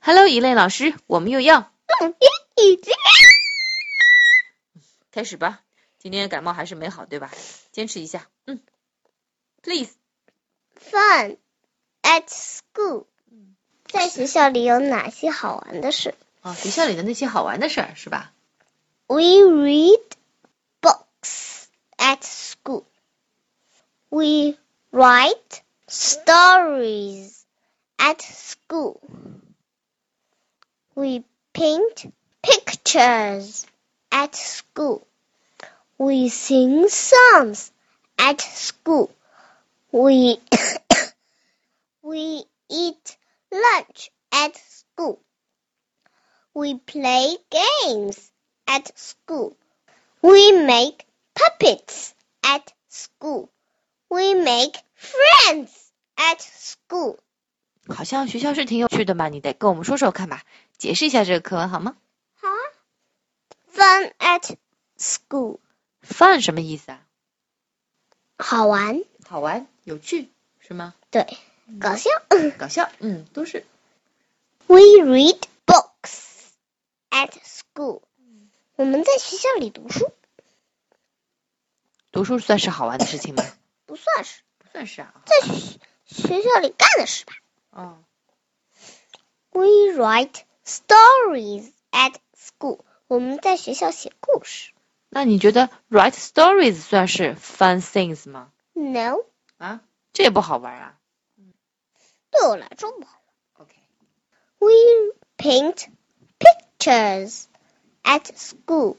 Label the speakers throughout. Speaker 1: Hello，一类老师，我们又要
Speaker 2: 动编已经
Speaker 1: 开始吧。今天感冒还是没好，对吧？坚持一下，嗯。Please，
Speaker 2: fun at school。在学校里有哪些好玩的事
Speaker 1: 啊，学校里的那些好玩的事儿是吧？
Speaker 2: ？We read books at school. We write stories at school. We paint pictures at school. We sing songs at school. We we eat lunch at school. We play games at school. We make puppets at school. We make friends at school.
Speaker 1: 好像学校是挺有趣的嘛，你得跟我们说说看吧，解释一下这个课文好吗
Speaker 2: Fun at school.
Speaker 1: ？Fun 什么意思啊？
Speaker 2: 好玩，
Speaker 1: 好玩、有趣是吗？
Speaker 2: 对，搞笑。
Speaker 1: 搞笑，嗯，都是。
Speaker 2: We read books at school. 我们在学校里读书，
Speaker 1: 读书算是好玩的事情吗？
Speaker 2: 不算是
Speaker 1: 不 算是啊。
Speaker 2: 在学学校里干的事吧。
Speaker 1: 哦，
Speaker 2: We write stories at school. 我们在学校写故事。
Speaker 1: 那你觉得 write stories 算是 fun things 吗？
Speaker 2: No，
Speaker 1: 啊，这也不好玩啊。
Speaker 2: 对我来说不好。
Speaker 1: OK，
Speaker 2: We paint pictures at school.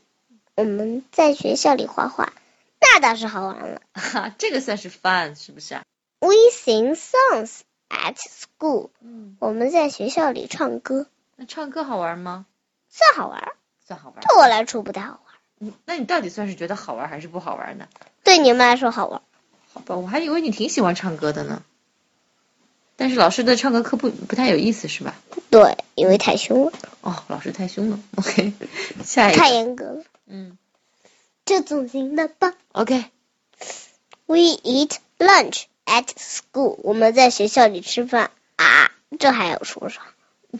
Speaker 2: 我们在学校里画画，那倒是好玩了。
Speaker 1: 哈，这个算是 fun 是不是啊？
Speaker 2: We sing songs at school.
Speaker 1: 嗯，
Speaker 2: 我们在学校里唱歌，
Speaker 1: 那唱歌好玩吗？
Speaker 2: 算好玩。
Speaker 1: 算好玩。
Speaker 2: 对我来说不太好玩，
Speaker 1: 嗯那你到底算是觉得好玩还是不好玩呢？
Speaker 2: 对你们来说好玩。
Speaker 1: 好吧，我还以为你挺喜欢唱歌的呢。但是老师的唱歌课不不太有意思是吧？
Speaker 2: 对，因为太凶了，
Speaker 1: 哦，老师太凶了。OK，下 一
Speaker 2: 太
Speaker 1: 个，
Speaker 2: 严格了。
Speaker 1: 嗯
Speaker 2: 这总行了吧
Speaker 1: ，OK，
Speaker 2: ？We eat lunch at school. 我们在学校里吃饭啊，这还要说啥？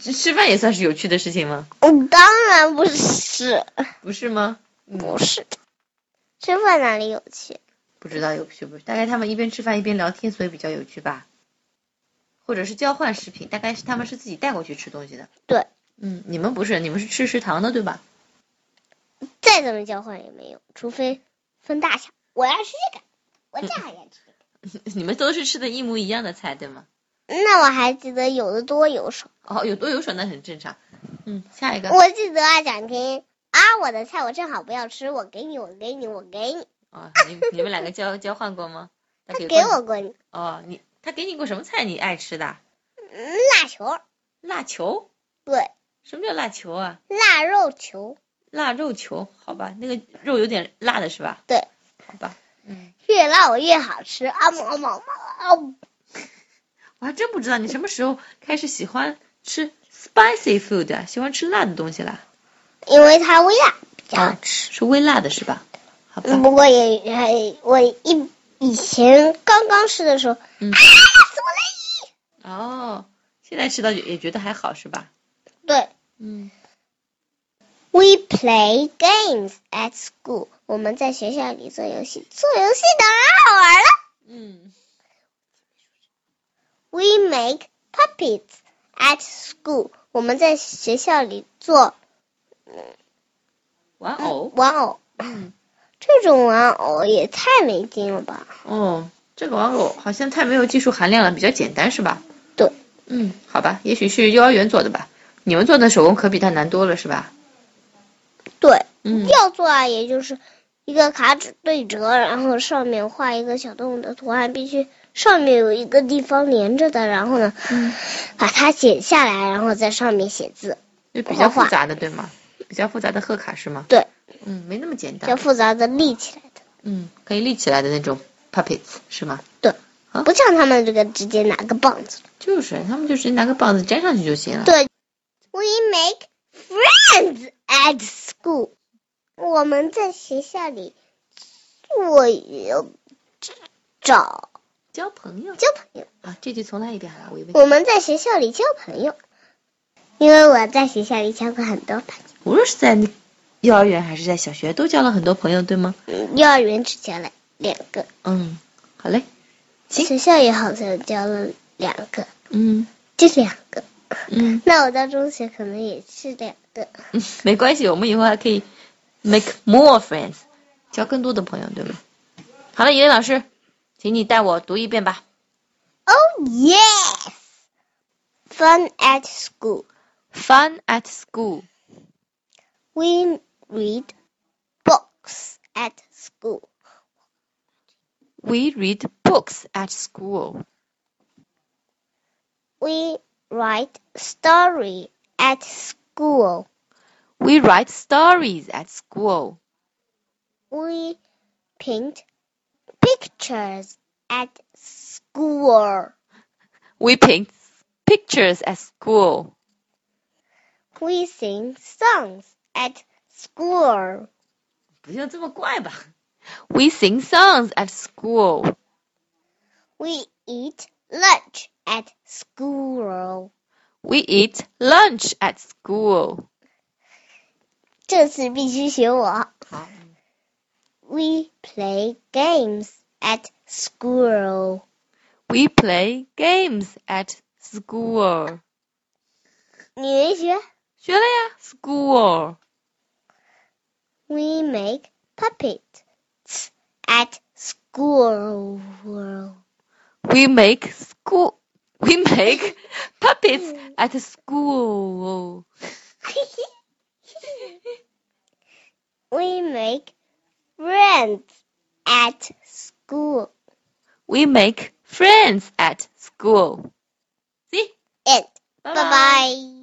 Speaker 1: 吃吃饭也算是有趣的事情吗？
Speaker 2: 嗯，当然不是。
Speaker 1: 不是吗？
Speaker 2: 不是，吃饭哪里有趣？
Speaker 1: 不知道有趣不？大概他们一边吃饭一边聊天，所以比较有趣吧。或者是交换食品，大概是他们是自己带过去吃东西的。
Speaker 2: 对，
Speaker 1: 嗯，你们不是，你们是吃食堂的对吧？
Speaker 2: 再怎么交换也没用，除非分大小。我要吃这个，我这还要吃这
Speaker 1: 你们都是吃的一模一样的菜对吗？
Speaker 2: 个。那我还记得有的多有少。
Speaker 1: 哦，有多有少那很正常。嗯，下一个。
Speaker 2: 我记得啊，蒋天啊，我的菜我正好不要吃，我给你，我给你，我给你，
Speaker 1: 哦，你你们两个交交换过吗？他给
Speaker 2: 给
Speaker 1: 过你
Speaker 2: 我过你
Speaker 1: 哦，你他给你过什么菜？你爱吃的
Speaker 2: 嗯辣球，
Speaker 1: 辣球？
Speaker 2: 对，
Speaker 1: 什么叫辣球啊？
Speaker 2: 腊肉球，
Speaker 1: 腊肉球？好吧，那个肉有点辣的是吧？
Speaker 2: 对。
Speaker 1: 好吧，嗯，
Speaker 2: 越辣我越好吃。啊么啊么啊么啊么！
Speaker 1: 我还真不知道你什么时候开始喜欢吃 spicy food，啊喜欢吃辣的东西啦？
Speaker 2: 因为它微辣比较好
Speaker 1: 啊，
Speaker 2: 吃。
Speaker 1: 是微辣的是吧？好吧，
Speaker 2: 嗯不过也还我一以前刚刚吃的时候，
Speaker 1: 嗯
Speaker 2: 啊，死我了！
Speaker 1: 哦，现在吃到也觉得还好是吧？
Speaker 2: 对
Speaker 1: 嗯，
Speaker 2: ，We play games at school。我们在学校里做游戏，做游戏当然好玩了。
Speaker 1: 嗯，
Speaker 2: We make puppets at school。我们在学校里做
Speaker 1: 玩
Speaker 2: 嗯
Speaker 1: 偶，
Speaker 2: 玩偶，
Speaker 1: 嗯，
Speaker 2: 这种玩偶也太没劲了吧？
Speaker 1: 哦，这个玩偶好像太没有技术含量了，比较简单是吧？
Speaker 2: 对，
Speaker 1: 嗯，好吧，也许是幼儿园做的吧。你们做的手工可比它难多了是吧？
Speaker 2: 对，
Speaker 1: 嗯
Speaker 2: 要做啊，也就是一个卡纸对折，然后上面画一个小动物的图案，必须上面有一个地方连着的，然后呢，
Speaker 1: 嗯，
Speaker 2: 把它剪下来，然后在上面写字。
Speaker 1: 就比较
Speaker 2: 画画
Speaker 1: 复杂的对吗？比较复杂的贺卡是吗？
Speaker 2: 对，
Speaker 1: 嗯，没那么简
Speaker 2: 比较
Speaker 1: 单。
Speaker 2: 复杂的立起来的，
Speaker 1: 嗯，可以立起来的那种 puppets 是吗？啊
Speaker 2: 不像他们这个直接拿个棒子。
Speaker 1: 就是，他们就是拿个棒子粘上去就行了。
Speaker 2: 对，We make friends at school。我们在学校里做有找
Speaker 1: 交朋友
Speaker 2: 交朋友，嗯
Speaker 1: 啊，这句重来一遍好了，我以为
Speaker 2: 我们在学校里交朋友。因为我在学校里交过很多朋友，
Speaker 1: 无论是在幼儿园还是在小学，都交了很多朋友，对吗？
Speaker 2: 嗯幼儿园只交了两个，
Speaker 1: 嗯，好嘞，行
Speaker 2: 学校也好像交了两个，
Speaker 1: 嗯
Speaker 2: 就两个。
Speaker 1: 嗯
Speaker 2: 那我到中学可能也是两个，
Speaker 1: 嗯， 没关系，我们以后还可以 make more friends，交更多的朋友，对吗？好了，尹老师，请你带我读一遍吧。
Speaker 2: Oh yes! Fun at school.
Speaker 1: Fun at school.
Speaker 2: We read books at school.
Speaker 1: We read books at school.
Speaker 2: We write story at school.
Speaker 1: We write stories at school.
Speaker 2: We paint pictures at school.
Speaker 1: We paint pictures at school.
Speaker 2: We sing songs at school.
Speaker 1: 不用这么怪吧？We sing songs at school.
Speaker 2: We eat lunch at school.
Speaker 1: We eat lunch at school.
Speaker 2: 这次必须学我。
Speaker 1: 好，
Speaker 2: We play games at school.
Speaker 1: We play games at school.
Speaker 2: 你没学
Speaker 1: 学了呀，school。
Speaker 2: ？We make puppets at school.
Speaker 1: We make school. We make puppets at school.
Speaker 2: We make friends at school.
Speaker 1: We make friends at school. See?
Speaker 2: And bye bye.